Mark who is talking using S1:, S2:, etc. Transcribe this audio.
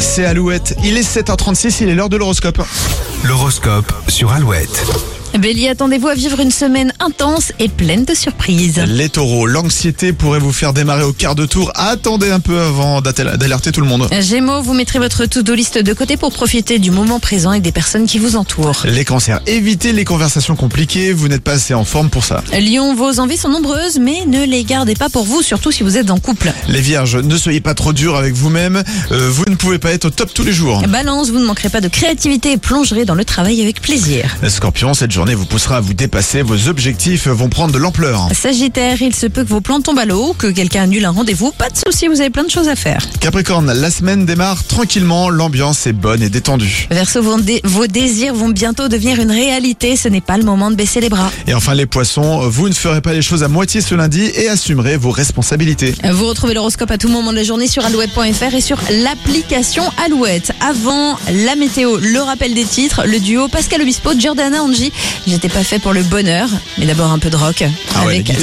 S1: c'est Alouette. Il est 7h36, il est l'heure de l'horoscope.
S2: L'horoscope sur Alouette.
S3: Bélier, attendez-vous à vivre une semaine intense et pleine de surprises.
S1: Les taureaux, l'anxiété pourrait vous faire démarrer au quart de tour. Attendez un peu avant d'atel- d'alerter tout le monde.
S3: Gémeaux, vous mettrez votre to-do list de côté pour profiter du moment présent et des personnes qui vous entourent.
S1: Les cancers, évitez les conversations compliquées, vous n'êtes pas assez en forme pour ça.
S3: Lyon, vos envies sont nombreuses, mais ne les gardez pas pour vous, surtout si vous êtes en couple.
S1: Les vierges, ne soyez pas trop dur avec vous-même, euh, vous ne pouvez pas être au top tous les jours.
S3: Balance, vous ne manquerez pas de créativité et plongerez dans le travail avec plaisir.
S1: Scorpion, cette journée vous poussera à vous dépasser, vos objectifs vont prendre de l'ampleur.
S3: Sagittaire, il se peut que vos plans tombent à l'eau, que quelqu'un annule un rendez-vous, pas de souci, vous avez plein de choses à faire.
S1: Capricorne, la semaine démarre tranquillement, l'ambiance est bonne et détendue.
S3: Verseau, vos, dé- vos désirs vont bientôt devenir une réalité, ce n'est pas le moment de baisser les bras.
S1: Et enfin les poissons, vous ne ferez pas les choses à moitié ce lundi et assumerez vos responsabilités.
S3: Vous retrouvez l'horoscope à tout moment de la journée sur alouette.fr et sur l'application Alouette. Avant la météo, le rappel des titres, le duo Pascal Obispo, Giordana Angie. J'étais pas fait pour le bonheur, mais d'abord un peu de rock
S1: Ah ouais,
S3: avec
S1: la guitare.